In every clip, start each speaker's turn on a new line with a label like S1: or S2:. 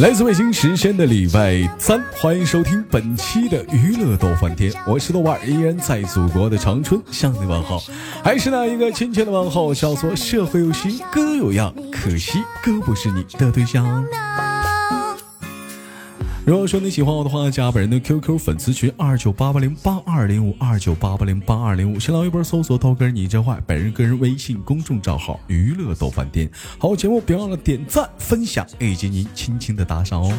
S1: 来自北京时间的礼拜三，欢迎收听本期的娱乐逗翻天，我是豆瓣，依然在祖国的长春向你问好，还是那一个亲切的问候，叫做社会有形，哥有样，可惜哥不是你的对象。如果说你喜欢我的话，加本人的 QQ 粉丝群二九八八零八二零五二九八八零八二零五，新浪微博搜索“涛哥你真坏”，本人个人微信公众账号“娱乐豆饭店”。好，节目别忘了点赞、分享以及您轻轻的打赏哦。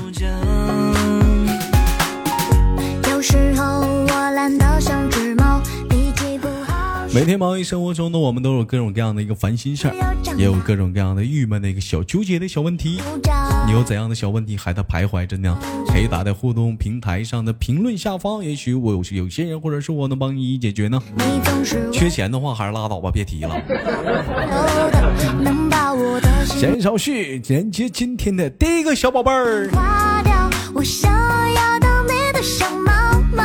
S2: 有时候我懒得像只猫，脾气不好。
S1: 每天忙于生活中呢，我们都有各种各样的一个烦心事儿，也有各种各样的郁闷的一个小纠结的小问题。
S2: 不着
S1: 你有怎样的小问题还在徘徊着呢？可以打在互动平台上的评论下方，也许我有有些人或者是我能帮你解决呢。
S2: 你总是温
S1: 缺钱的话还是拉倒吧，别提了。
S2: 柔的，能把我的心
S1: 闲少叙，连接今天的第一个小宝贝儿。
S2: 花掉。我想要当你的小猫猫，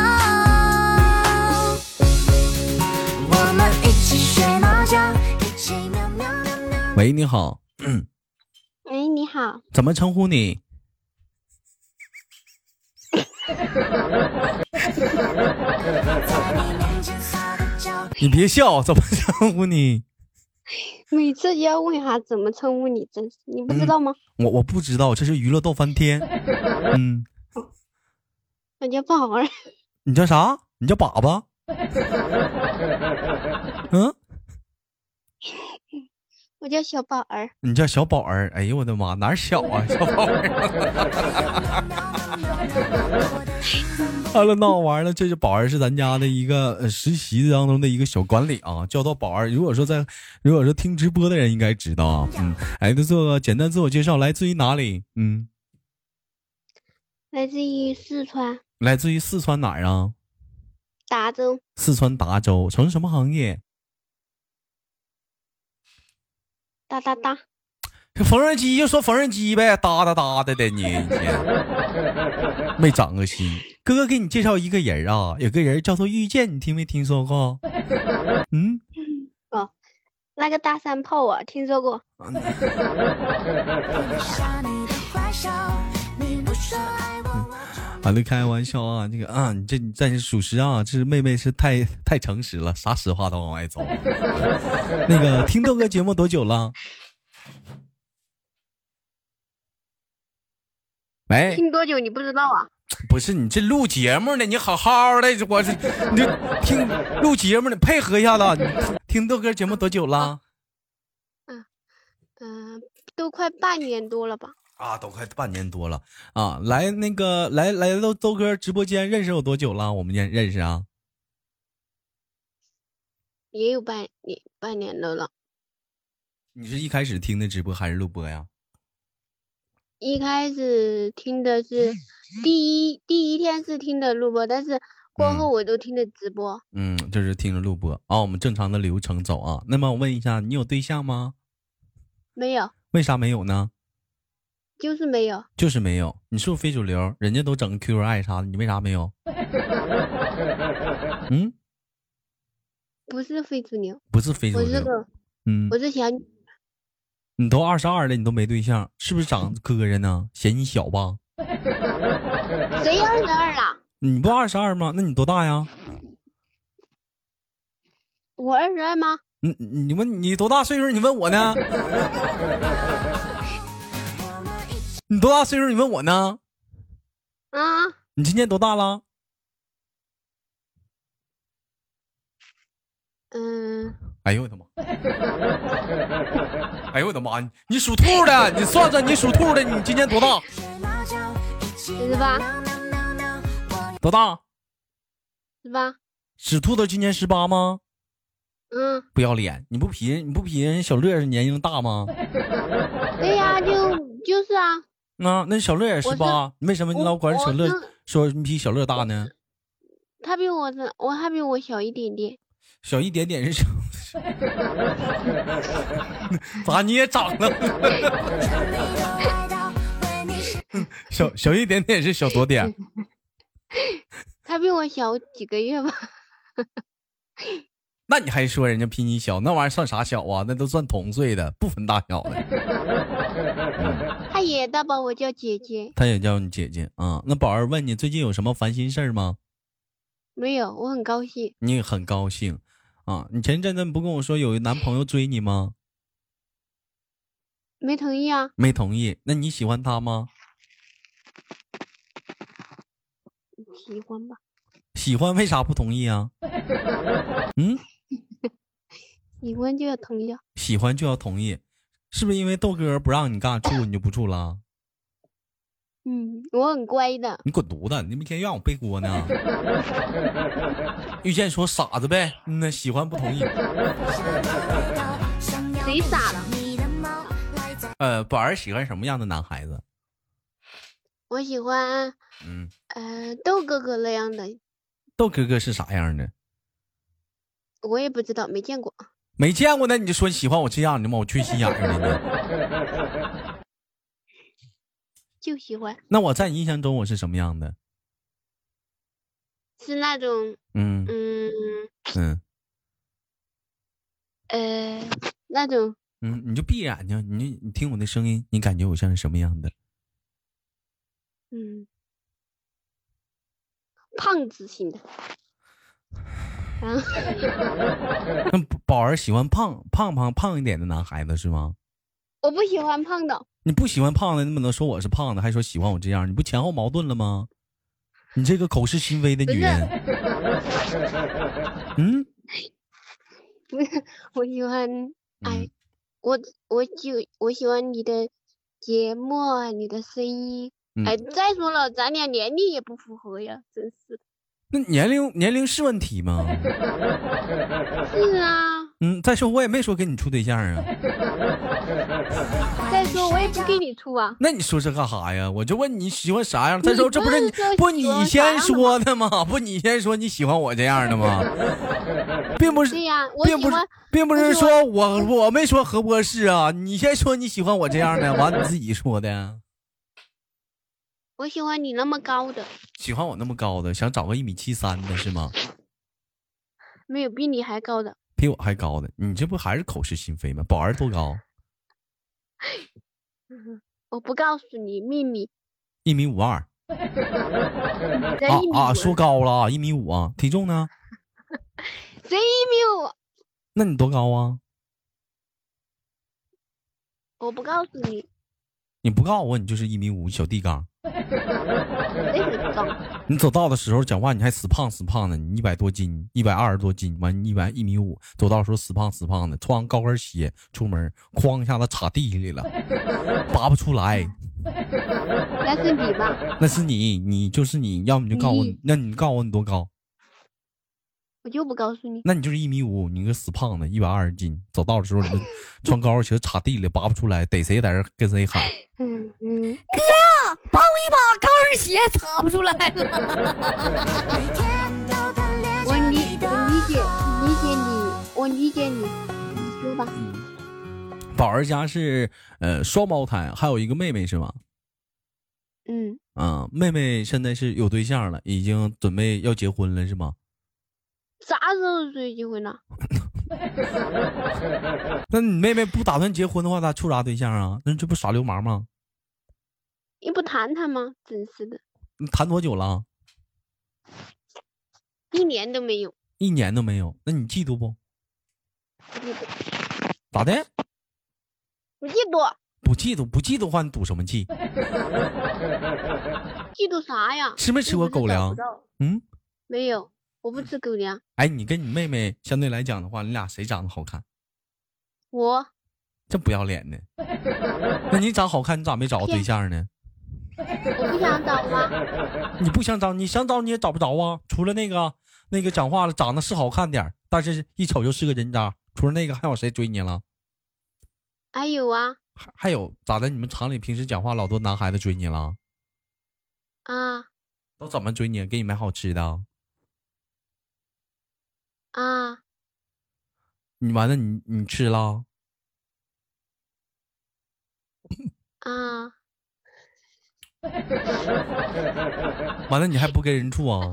S2: 我们一起睡猫觉，一起喵喵喵喵。
S1: 喂，你好，
S3: 喂，哎你好，
S1: 怎么称呼你？你别笑，怎么称呼你？
S3: 每次就要问哈怎么称呼你，真是你不知
S1: 嗯
S3: 道吗？
S1: 我我不知道，这是娱乐逗翻天。嗯，
S3: 我叫宝儿，
S1: 你叫啥？你叫粑粑？嗯，
S3: 我叫小宝儿，
S1: 你叫小宝儿。哎呦我的妈，哪儿小啊，小宝儿。完了，闹完了，这是宝儿是咱家的一个呃实习当中的一个小管理啊，叫到宝儿。如果说在，如果说听直播的人应该知道啊，嗯，哎，就做个简单自我介绍，来自于哪里？嗯，
S3: 来自于四川
S1: 来自于四川哪儿啊？
S3: 达州
S1: 四川达州，从事什么行业？
S3: 哒哒哒。
S1: 这缝纫机就说缝纫机呗，哒哒哒的的你一 天，没长个心。哥哥给你介绍一个人啊，有个人叫做遇见，你听没听说过？嗯，
S3: 那个大山炮啊，听说过？
S1: 俺都开玩笑啊，这个啊，你这你暂时属实啊，这妹妹是太太诚实了，啥实话都往外 走。那个听豆哥节目多久了？喂，
S3: 听多久你不知道啊？
S1: 不是你这录节目呢，你好好的，我是你这听录节目呢，配合一下子。啊你听豆哥节目多久了？
S3: 嗯、都快半年多了吧？
S1: 啊，都快半年多了啊！来那个来来到豆哥直播间认识有多久了？我们认认识啊？
S3: 也有半年半年多了。
S1: 你是一开始听的直播还是录播呀？
S3: 一开始听的
S1: 嗯
S3: 是第一第一天是听的录播，但是过
S1: 嗯
S3: 后我都听的直播。
S1: 嗯，就是听着录播啊。我们正常的流程走啊。那么我问一下，你有对象吗？
S3: 没有，
S1: 为啥没有呢？
S3: 就是没有，
S1: 就是没有。你是不是非主流？人家都整 QI 啥的，你为啥没有？嗯，
S3: 不是非主流，
S1: 不是非主
S3: 我是
S1: 流。
S3: 个
S1: 嗯，
S3: 我是小女
S1: 你都二十二了，你都没对象，是不是 长得磕碜呢？嫌你小吧？
S3: 谁二十二啊了？
S1: 你不二十二吗？那你多大呀？
S3: 我二十二吗？
S1: 你你问你多大岁数？你问我呢？你多大岁数？你问我呢？
S3: 啊，
S1: 你今年多大了？
S3: 嗯，
S1: 哎呦我的妈！ 哎呦我的妈！你你属兔的，你算算你属兔的，你今年多大？
S3: 十八，
S1: 多大？
S3: 十八，
S1: 属兔的今年十八吗？
S3: 嗯，
S1: 不要脸！你不比人你不比人小乐儿年龄大吗？
S3: 对呀、就就是啊，
S1: 啊，那小乐也
S3: 我
S1: 十
S3: 是
S1: 八，你为什么你
S3: 我
S1: 老管
S3: 我
S1: 小乐
S3: 是
S1: 说你比小乐大呢？
S3: 他比我的，我还比我小一点点，
S1: 小一点点是小，咋你也长了？小小一点点是小多点？
S3: 他比我小几个月吧，
S1: 那你还说人家比你小，那玩意儿算啥小啊？那都算同岁的，不分大小的。
S3: 他他也大宝我叫姐姐，
S1: 他也叫你姐姐啊、那宝儿问你最近有什么烦心事儿吗？
S3: 没有，我很高兴。
S1: 你很高兴啊？你前一阵子不跟我说有男朋友追你吗？
S3: 没同意啊，
S1: 没同意。那你喜欢他吗？
S3: 喜欢吧？
S1: 喜欢为啥不同意啊？嗯，
S3: 喜欢就要同意啊。
S1: 喜欢就要同意，是不是因为豆哥不让你干处你就不处了？啊
S3: 嗯，我很乖的。
S1: 你滚犊子！你每天让我背锅呢。遇见说傻子呗，嗯呐，喜欢不同意。
S3: 谁傻了？
S1: 呃，宝儿喜欢什么样的男孩子？
S3: 我喜欢
S1: 嗯，
S3: 呃豆哥哥那样的，
S1: 豆哥哥是啥样的？
S3: 我也不知道，没见过。
S1: 没见过那你就说你喜欢我这样，你妈我缺心眼儿了你。
S3: 就喜欢
S1: 那我在你印象中我是什么样的？
S3: 是那种，
S1: 嗯
S3: 嗯
S1: 嗯
S3: 呃那种
S1: 嗯，你就闭眼睛，你就你听我的声音，你感觉我像是什么样的？
S3: 嗯胖子型的。嗯，
S1: 那宝儿喜欢胖胖胖胖一点的男孩子是吗？
S3: 我不喜欢胖的，
S1: 你不喜欢胖的，你怎么能说我是胖的，还说喜欢我这样？你不前后矛盾了吗？你这个口是心非的女人，嗯，
S3: 我喜欢哎，
S1: 嗯
S3: 我我就我喜欢你的节目啊，你的声音。
S1: 嗯
S3: 哎，再说了，咱俩年龄也不符合呀，真是的。
S1: 那年龄年龄是问题吗？
S3: 是啊，
S1: 嗯，再说我也没说跟你处对象啊，
S3: 再说我也不给你出啊。
S1: 那你说这干啥呀？我就问你喜欢啥样？再说
S3: 你
S1: 这不是
S3: 不
S1: 你
S3: 是说
S1: 不
S3: 喜
S1: 你
S3: 欢
S1: 先
S3: 啥样的
S1: 说的吗？不你先说你喜欢我这样的 吗？并不是
S3: 对，呀、我喜
S1: 并不是
S3: 欢，
S1: 并不是
S3: 我喜
S1: 说我我没说何博士啊，你先说你喜欢我这样的，完你自己说的，
S3: 我喜欢你那么高的，
S1: 喜欢我那么高的，想找个一米七三的是吗？
S3: 没有比你还高的，
S1: 比我还高的，你这不还是口是心非吗？宝儿多高？
S3: 我不告诉你秘密。
S1: 一米五二
S3: 你在
S1: 啊
S3: 一米
S1: 啊，
S3: 五
S1: 说高了啊，一米五啊，体重呢？
S3: 谁一米五？
S1: 那你多高啊？
S3: 我不告诉你，
S1: 你不告诉我，你就是一米五小地缸。
S3: 谁很高？
S1: 你走道的时候讲话，你还死胖死胖的，你一百多斤，一百二十多斤，完一百一米五，走道的时候死胖死胖的，穿高跟鞋出门，哐一下子插地里了，拔不出来。
S3: 那是你吧？
S1: 那是你，你就是你，要么你就告诉我
S3: 你，
S1: 那你告诉我你多高？
S3: 我就不告诉你。
S1: 那你就是一米五，你个死胖子，一百二十斤，走道的时候你就穿高跟鞋插地里拔不出来，逮谁在这儿跟谁喊。
S3: 嗯嗯，
S2: 帮我一把高跟鞋擦不出来了。
S3: 我理理解理解你，我理解你。你说吧，
S1: 宝儿家是呃双胞胎，还有一个妹妹是吧？
S3: 嗯，
S1: 啊，妹妹现在是有对象了，已经准备要结婚了是吗？
S3: 啥时候所以结婚了？
S1: 那你妹妹不打算结婚的话，她处啥对象啊？那这不耍流氓吗？
S3: 你不谈谈吗？真是的，
S1: 你谈多久了？啊
S3: 一年都没有。
S1: 一年都没有。那你嫉妒不？
S3: 不嫉妒，
S1: 咋的？
S3: 不嫉妒，
S1: 不嫉妒，不嫉妒的话，你赌什么气？
S3: 嫉妒啥呀？
S1: 吃没吃过
S3: 我不
S1: 狗
S3: 是找
S1: 粮
S3: 不？到
S1: 嗯，
S3: 没有，我不吃狗粮。
S1: 哎，你跟你妹妹相对来讲的话，你俩谁长得好看？
S3: 我
S1: 这不要脸的。那你长好看，你咋没找个对象呢？
S3: 我不想找啊，
S1: 你不想找，你想找你也找不着啊。除了那个那个讲话了，长得是好看点儿，但是一瞅就是个人渣。除了那个，还有谁追你了？
S3: 还有啊
S1: 还还有咋的？你们厂里平时讲话老多男孩子追你了，
S3: 啊
S1: 都怎么追你？给你买好吃的啊？
S3: 啊！
S1: 你完了，你你吃了？
S3: 啊，
S1: 完了你还不跟人处啊？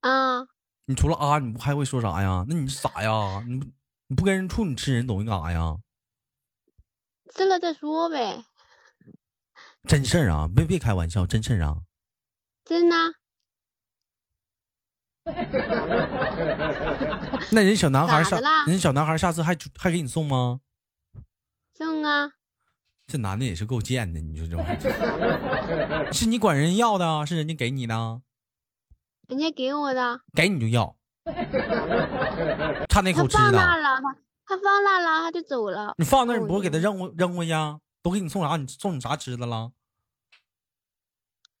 S3: 啊，
S1: 你除了啊，你不还会说啥呀？那你傻呀？你不你不跟人处，你吃人东西干啥呀？
S3: 吃了再说呗。
S1: 真事儿啊，别别开玩笑，真事儿啊。
S3: 真的啊，
S1: 那人小男孩
S3: 咋
S1: 下
S3: 的啦，
S1: 人小男孩下次还还给你送吗？
S3: 送啊，
S1: 这男的也是够贱的，你说这玩意 儿，是你管人要的啊，是人家给你的啊，
S3: 人家给我的，
S1: 给你就要，差那
S3: 他
S1: 口吃
S3: 放那
S1: 的，啊
S3: 了，他放那了，他就走了。
S1: 你放那儿你不是给他扔过扔过呀？都给你送啥？你送你啥吃的了？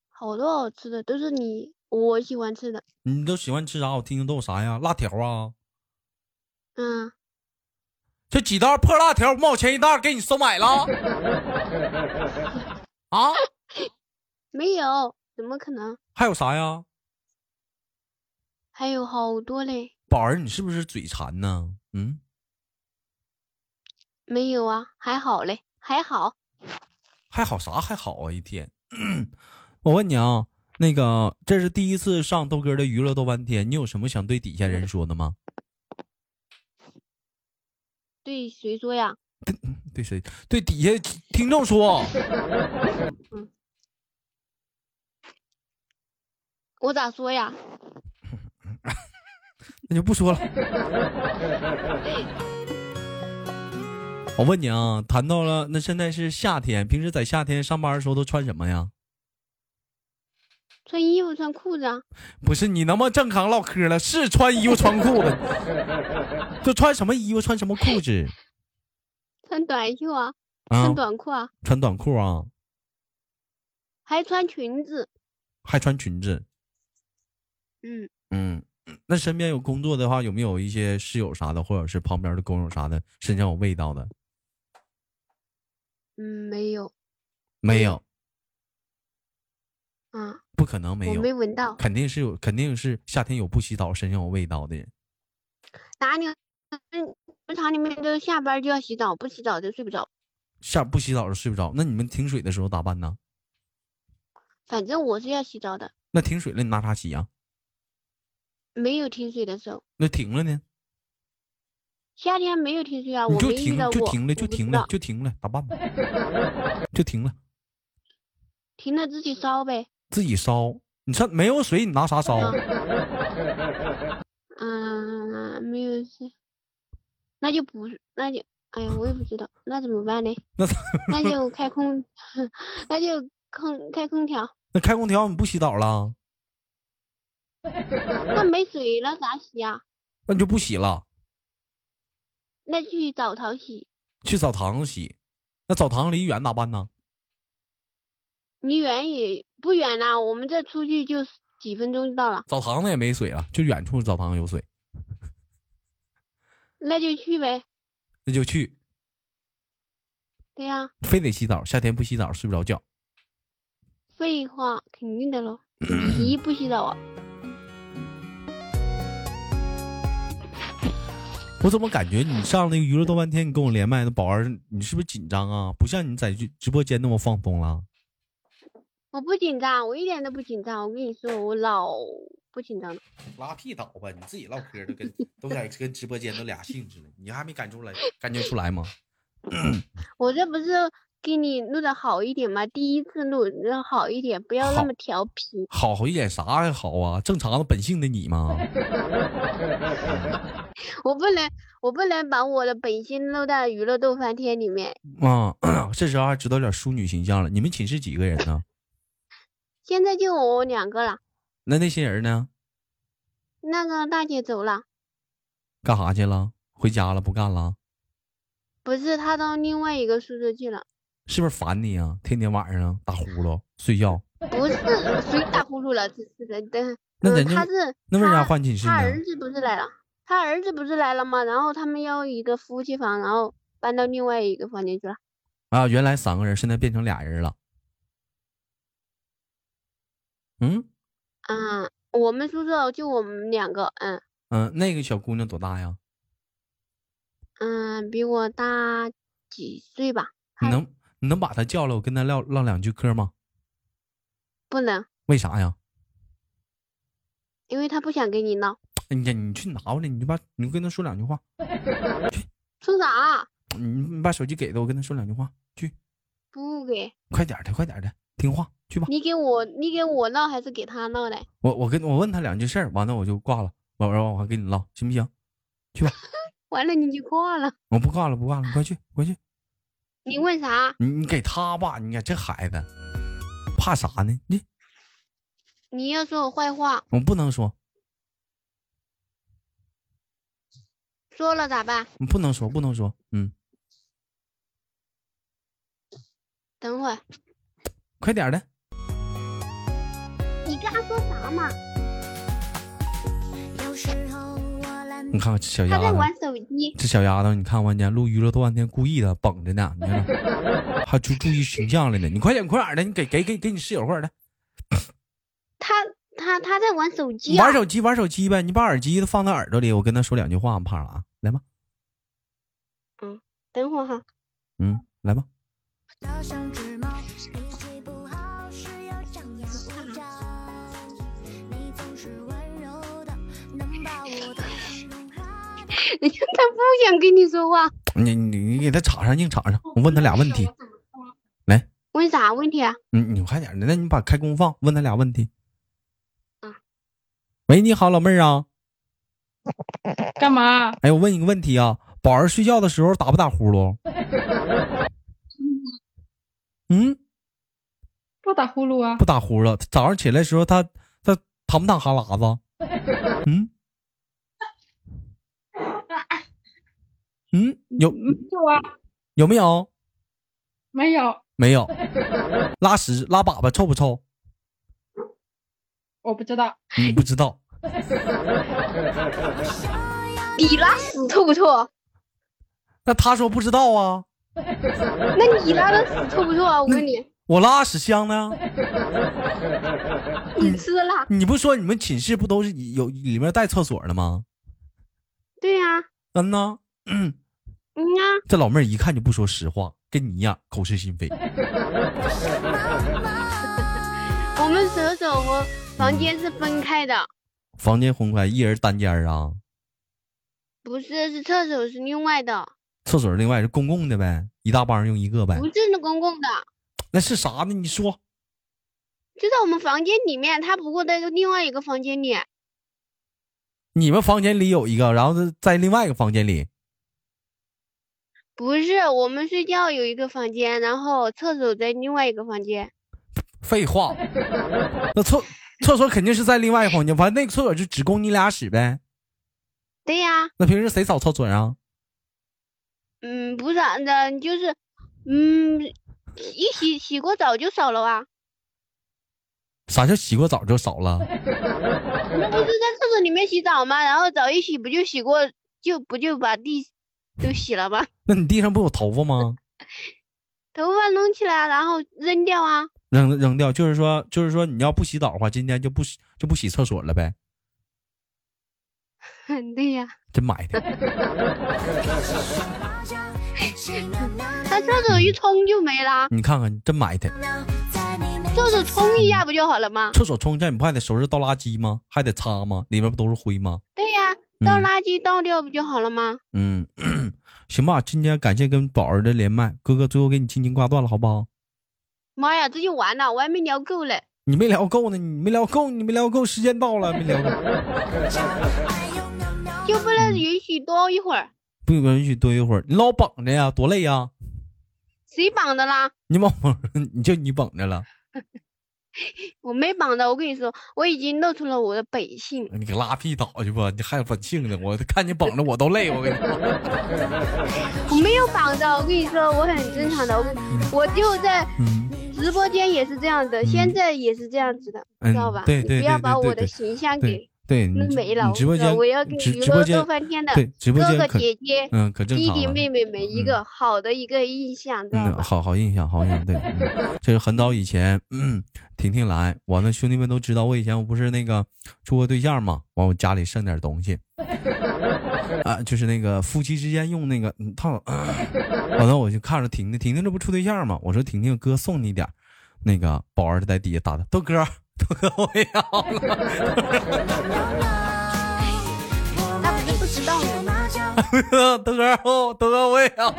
S3: 好多好吃的都是你我喜欢吃的，
S1: 你都喜欢吃啥？我听听都有啥呀？辣条啊，
S3: 嗯，
S1: 这几袋破辣条五毛钱一袋，给你收 买了啊？
S3: 没有，怎么可能？
S1: 还有啥呀？
S3: 还有好多嘞，
S1: 宝儿，你是不是嘴馋呢？嗯，
S3: 没有啊，还好嘞，还好，
S1: 还好啥还好啊，一天。 我问你啊，那个这是第一次上豆哥的娱乐豆翻天，你有什么想对底下人说的吗？
S3: 对谁说呀？
S1: 对谁？对底下听众说，
S3: 我咋说呀？
S1: 那就不说了。我问你啊，谈到了那现在是夏天，平时在夏天上班的时候都穿什么呀？
S3: 穿衣服穿裤子啊？
S1: 不是你能不能正常唠嗑了？是穿衣服穿裤子， 就穿什么衣服穿什么裤子
S3: 穿短袖啊？
S1: 啊
S3: 穿？短裤啊？
S1: 穿短裤啊，
S3: 还穿裙子？
S1: 还穿裙子。
S3: 嗯，
S1: 嗯，那身边有工作的话，有没有一些室友啥的，或者是旁边的工友啥的，身上有味道的？
S3: 嗯，没有，
S1: 没有，
S3: 啊，
S1: 不可能没
S3: 我
S1: 有，
S3: 没闻到，
S1: 肯定是有，肯定是夏天有不洗澡身上有味道的人。
S3: 哪里？嗯，工厂里面都下班就要洗澡，不洗澡就睡不着。
S1: 下不洗澡就睡不着，那你们停水的时候咋办呢？
S3: 反正我是要洗澡的，
S1: 那停水了你拿啥洗呀、
S3: 没有停水的时候，
S1: 那停了呢？
S3: 夏天没有停水啊，
S1: 你
S3: 我
S1: 就
S3: 没遇
S1: 停
S3: 到
S1: 就
S3: 过，
S1: 停了
S3: 我
S1: 就
S3: 不
S1: 停
S3: 知
S1: 了
S3: 道
S1: 就停了，咋办吧？ 就停了，
S3: 停了自己烧呗。
S1: 自己烧。你上没有水，你拿啥烧？
S3: 嗯，没有事，那就不是，那就，哎呀，我也不知道，那怎么办呢？
S1: 那
S3: 那就开空， 那就空开空调。
S1: 那开空调你不洗澡了，
S3: 那没水了咋洗啊？
S1: 那你就不洗了，
S3: 那去澡堂洗，
S1: 去澡堂子洗。那澡堂离远咋办呢？
S3: 离远也不远啦、我们这出去就几分钟就到了，
S1: 澡堂子也没水了，就远处澡堂有水，
S3: 那就去呗。
S1: 那就去，
S3: 对呀、
S1: 非得洗澡。夏天不洗澡睡不着觉。
S3: 废话，肯定的喽， 洗衣不洗澡啊？
S1: 我怎么感觉你上那个娱乐豆半天，你跟我连麦的宝儿，你是不是紧张啊？不像你在直直播间那么放松了。
S3: 我不紧张，我一点都不紧张。我跟你说，我老不紧张了。
S1: 拉屁倒吧，你自己唠嗑都跟都在跟直播间都俩性质了，你还没感出来感觉出来吗？
S3: 我这不是给你录的好一点吗？第一次录要好一点，不要
S1: 好
S3: 那么调皮。
S1: 好一点啥呀？好啊，正常的本性的你 嘛。
S3: 我不能，我不能把我的本性露到娱乐逗翻天里面。
S1: 啊、这时候还知道点淑女形象了。你们寝室几个人呢？
S3: 现在就我两个了，
S1: 那那些人呢？
S3: 那个大姐走了，
S1: 干啥去了？回家了？不干了？
S3: 不是她到另外一个宿舍去了，
S1: 是不是烦你啊？天天晚上打呼噜睡觉，
S3: 不是谁打呼噜了？这是的，等，
S1: 那人
S3: 嗯，
S1: 家
S3: 她是
S1: 那为啥
S3: 她
S1: 换寝室
S3: 他
S1: 呢？
S3: 儿子不是来了，他儿子不是来了吗？然后他们要一个夫妻房，然后搬到另外一个房间去了。
S1: 啊，原来三个人，现在变成俩人了。嗯
S3: 嗯，我们宿舍就我们两个，嗯
S1: 嗯、呃那个小姑娘多大呀？
S3: 嗯，比我大几岁吧？
S1: 你
S3: 她
S1: 能你能把她叫来，我跟她唠唠两句嗑吗？
S3: 不能，
S1: 为啥呀？
S3: 因为他不想跟你闹。
S1: 哎呀，你去拿过来，你就把你跟她说两句话，
S3: 说啥？啊
S1: 你你把手机给她，我跟她说两句话，去
S3: 不给
S1: 快点儿的，快点儿的，听话，去吧。
S3: 你给我，你给我闹还是给他闹嘞？
S1: 我我跟我问他两句事儿，完了我就挂了，完完完我还跟你唠，行不行？去吧，
S3: 完了你就挂了。
S1: 我不挂了，不挂了，快去，快去。
S3: 你问啥？
S1: 你你给他吧，你看这孩子，怕啥呢？你
S3: 你要说我坏话，
S1: 我不能说，
S3: 说了咋办？
S1: 不能说，不能说，嗯，
S3: 等会儿
S1: 快点儿的，
S3: 你跟他说啥嘛？
S2: 有时候我懒
S1: 你看看这小
S3: 他
S1: 丫
S3: 在
S1: 头，
S3: 玩手机，
S1: 这小丫头，你看完家录娱乐多半天，故意的绷着呢，你 看看还注注意形象了呢。你快点，快点儿的，你给给给给你室友快点儿的。
S3: 他他他在玩手机、啊，
S1: 玩手机，玩手机呗。你把耳机放到耳朵里，我跟他说两句话，怕啥、啊来吧，
S3: 等会儿哈，
S1: 嗯，来吧，
S2: 岛上只猫，脾气不好时又张牙舞爪。你总是温柔的，能把我的心弄好。
S3: 人家他不想跟你说话。
S1: 你你你给他插上，硬插上。我问他俩问题，
S3: 问啥问题啊？
S1: 你你快点的，那你把开工放，问他俩问题。
S3: 啊
S1: 喂，你好，老妹儿啊，
S4: 干嘛？
S1: 哎，我问你个问题啊，宝儿睡觉的时候打不打呼噜？ 嗯，
S4: 不打呼噜啊？
S1: 不打呼噜。早上起来的时候，他他淌不淌哈喇子？ 嗯，嗯，有
S4: 没有啊？
S1: 有没有？
S4: 没有，
S1: 没有，拉屎拉粑粑臭不臭？
S4: 我不知道。
S1: 你不知道，
S3: 你拉屎臭不臭？
S1: 那他说不知道啊，
S3: 那你拉的屎臭不臭啊？我问你，
S1: 我拉屎香呢。
S3: 你吃了？
S1: 你不说你们寝室不都是有里面带厕所的吗？
S3: 对呀、
S1: 嗯呐，
S3: 嗯啊，
S1: 这老妹儿一看就不说实话，跟你一样口是心非。
S3: 我们厕所和房间是分开的，
S1: 房间分开，一人单间儿啊，
S3: 不是，是厕所是另外的，
S1: 厕所另外是公共的呗，一大帮人用一个呗
S3: 不。是那公共的，
S1: 那是啥呢？你说
S3: 就在我们房间里面，他不过在另外一个房间里，
S1: 你们房间里有一个，然后是在另外一个房间里，
S3: 不是我们睡觉有一个房间，然后厕所在另外一个房间，
S1: 废 话，那厕厕所肯定是在另外一个房间，反正那个厕所就只供你俩使呗。
S3: 对呀、
S1: 那平时谁扫厕所啊？
S3: 嗯，不是啊，那就是，嗯，一洗洗过澡就少了啊，
S1: 啥叫洗过澡就扫了？
S3: 那不是在厕所里面洗澡吗？然后澡一洗不就洗过，就不就把地都洗了吗？
S1: 那你地上不有头发吗？
S3: 头发弄起来，然后扔掉啊。
S1: 扔扔掉，就是说，就是说，你要不洗澡的话，今天就不洗就不洗厕所了呗。
S3: 对呀、
S1: 真埋汰！
S3: 他厕所一冲就没啦，
S1: 你看看，真埋汰！
S3: 厕所 冲一下不就好了吗？
S1: 厕所冲一下，你不还得收拾倒垃圾吗？还得擦吗？里面不都是灰吗？
S3: 对呀、倒
S1: 嗯
S3: 垃圾倒掉不就好了吗？
S1: 嗯， 行吧，今天感谢跟宝儿的连麦，哥哥最后给你轻轻挂断了，好不好？
S3: 妈呀，这就完了，我还没聊够嘞。
S1: 你没聊够呢，你没聊够，你没聊够，时间到了，没聊够，
S3: 就不
S1: 嗯
S3: 能允许多一会儿？
S1: 不允许多一会儿，你老绷着呀，多累呀！
S3: 谁绑的啦？
S1: 你老绷， 你就你绷着了，
S3: 我没绑的，我跟你说，我已经露出了我的本性。
S1: 你给拉屁倒去吧，你还有本性呢，我看你绷着我都累，我跟你说。
S3: 我没有绑的，我跟你说，我很正常的。我我就在
S1: 嗯。
S3: 直播间也是这样的，
S1: 嗯
S3: 现在也是这样子的，知道吧？
S1: 对
S3: 你
S1: 对
S3: 不要
S1: 对
S3: 把
S1: 对
S3: 我
S1: 对
S3: 的形象给
S1: 对对，你
S3: 弄
S1: 直
S3: 没了。
S1: 你
S3: 我
S1: 直播
S3: 跟你说
S1: 间，
S3: 我要跟
S1: 直
S3: 娱
S1: 直播
S3: 乐
S1: 间
S3: 做翻天的。
S1: 对直播
S3: 哥
S1: 间
S3: 哥
S1: 可
S3: 姐姐、
S1: 嗯可正
S3: 弟
S1: 常
S3: 弟
S1: 了。
S3: 妹妹们一个好的一个印象，知道
S1: 嗯，
S3: 吧？
S1: 好好印象，好印象。对，嗯这是很早以前，嗯，婷婷来，完了兄弟们都知道，我以前我不是那个处过对象嘛，完我家里剩点东西，啊，就是那个夫妻之间用那个嗯套，完了我就看着婷婷，婷婷这不处对象嘛，我说婷婷哥送你点儿，那个宝儿在底下打的豆哥，豆哥我也要了，
S3: 他不是不知道吗？
S1: 德哥，哦，德哥我也要。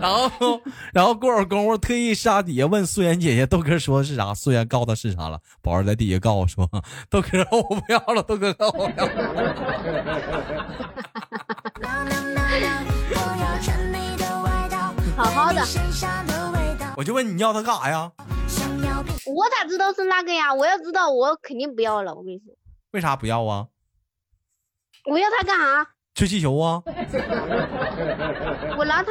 S1: 然后，然后过会儿功夫特意上底下问素媛姐姐，豆哥说是啥？素媛告诉他是啥了？宝儿在底下告我说，豆哥我不要了，豆哥我不要了。
S2: 我要尝你的味道，
S3: 好好的
S2: 你，身上的味道，
S1: 我就问你要他干啥呀？
S2: 想要变
S3: 我咋知道是那个呀？我要知道，我肯定不要了。我跟你说，
S1: 为啥不要啊？
S3: 我要它干啥？
S1: 吹气球啊！
S3: 我拿它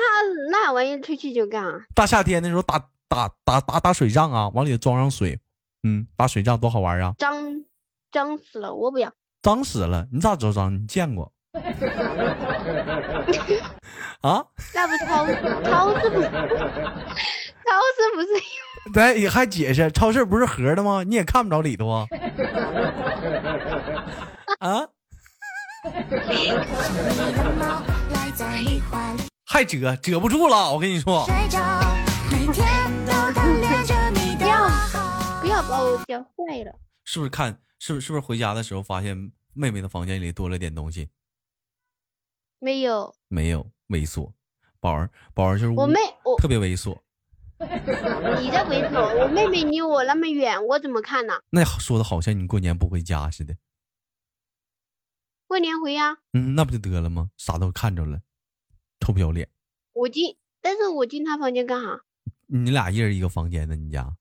S3: 那玩意儿吹气球干啊啥？
S1: 大夏天的时候打打打打打水仗啊，往里装上水，嗯，打水仗多好玩啊！
S3: 脏，脏死了，我不要。
S1: 脏死了，你咋知道脏？你见过？ 啊？
S3: 那不超市，超市不是， 超市不是
S1: 咱也还解释，超市不是盒的吗？你也看不着里头啊。 啊，
S2: 你的猫，赖在你怀里
S1: 还遮遮不住了，我跟你说，
S2: 睡着，每天都贪恋着你的好。
S3: 不要把我教坏了。
S1: 是不是看？是不是是不是回家的时候发现妹妹的房间里多了点东西？
S3: 没有，
S1: 没有，猥琐。宝儿，宝儿就是
S3: 我妹，我
S1: 特别猥琐。
S3: 你在猥琐，我妹妹离我那么远，我怎么看呢？
S1: 那说的好像你过年不回家似的。
S3: 过年回呀、
S1: 嗯，那不就得了吗？啥都看着了，臭不要脸！
S3: 我进，但是我进她房间干啥？
S1: 你俩一人一个房间呢，你家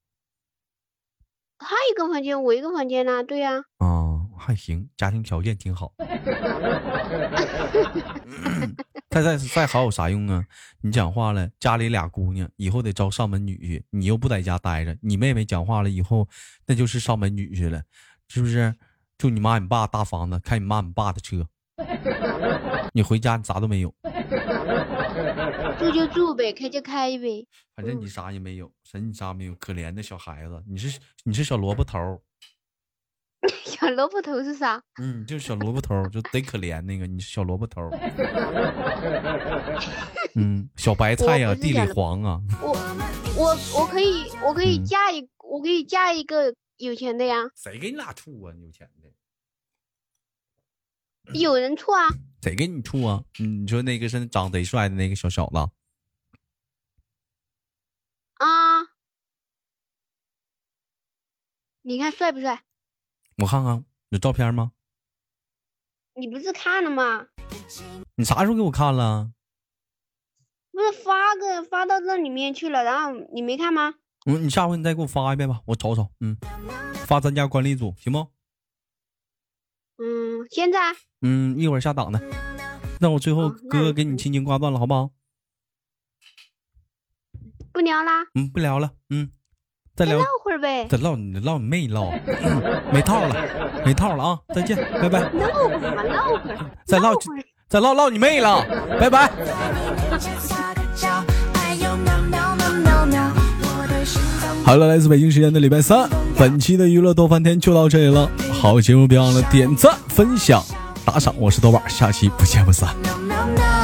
S3: 她一个房间，我一个房间呢、对呀、
S1: 啊，还行，家庭条件挺好。 再再再好有啥用啊？你讲话了，家里俩姑娘以后得招上门女婿，你又不在家待着，你妹妹讲话了以后，那就是上门女婿了，是不是？住你妈你爸大房子，开你妈你爸的车，你回家你啥都没有，
S3: 住就住呗，开就开呗。
S1: 反正你啥也没有，神你啥也没有，可怜的小孩子，你是你是小萝卜头儿。
S3: 小萝卜头是啥？
S1: 嗯，就是小萝卜头儿，就贼可怜那个，你是小萝卜头 儿。嗯，小白菜呀、
S3: 我不是
S1: 地
S3: 小
S1: 里
S3: 萝
S1: 黄 啊，
S3: 我我我可以我可以
S1: 嗯
S3: 嫁一、我可以嫁一个有钱的呀，
S1: 谁给你俩处啊？有钱的，
S3: 有人处啊？
S1: 谁给你处啊？嗯你说那个是长贼帅的那个小小子，
S3: 啊，你看帅不帅？
S1: 我看看有照片吗？
S3: 你不是看了吗？
S1: 你啥时候给我看了？啊
S3: 不是发个发到这里面去了，然后你没看吗？
S1: 嗯，你下回你再给我发一遍吧，我瞅瞅。嗯，发咱家管理组行不？
S3: 嗯，现在
S1: 嗯，一会儿下档的。那我最后
S3: 哦那
S1: 哥哥
S3: 你
S1: 给你轻轻挂断了，好不好？
S3: 不聊啦，
S1: 嗯，不聊了。嗯，再
S3: 再
S1: 聊
S3: 唠会儿呗。
S1: 再唠你唠你妹唠，啊没套了，没套了啊！再见，拜拜。
S3: 唠会儿嘛，唠会儿，
S1: 再唠
S3: 会儿。
S1: 再唠唠你妹了，拜拜。
S5: 好了，来自北京时间的礼拜三，本期的娱乐逗翻天就到这里了。好节目别忘了点赞、分享、打赏，我是豆瓣儿，下期不见不散。
S2: No, no, no.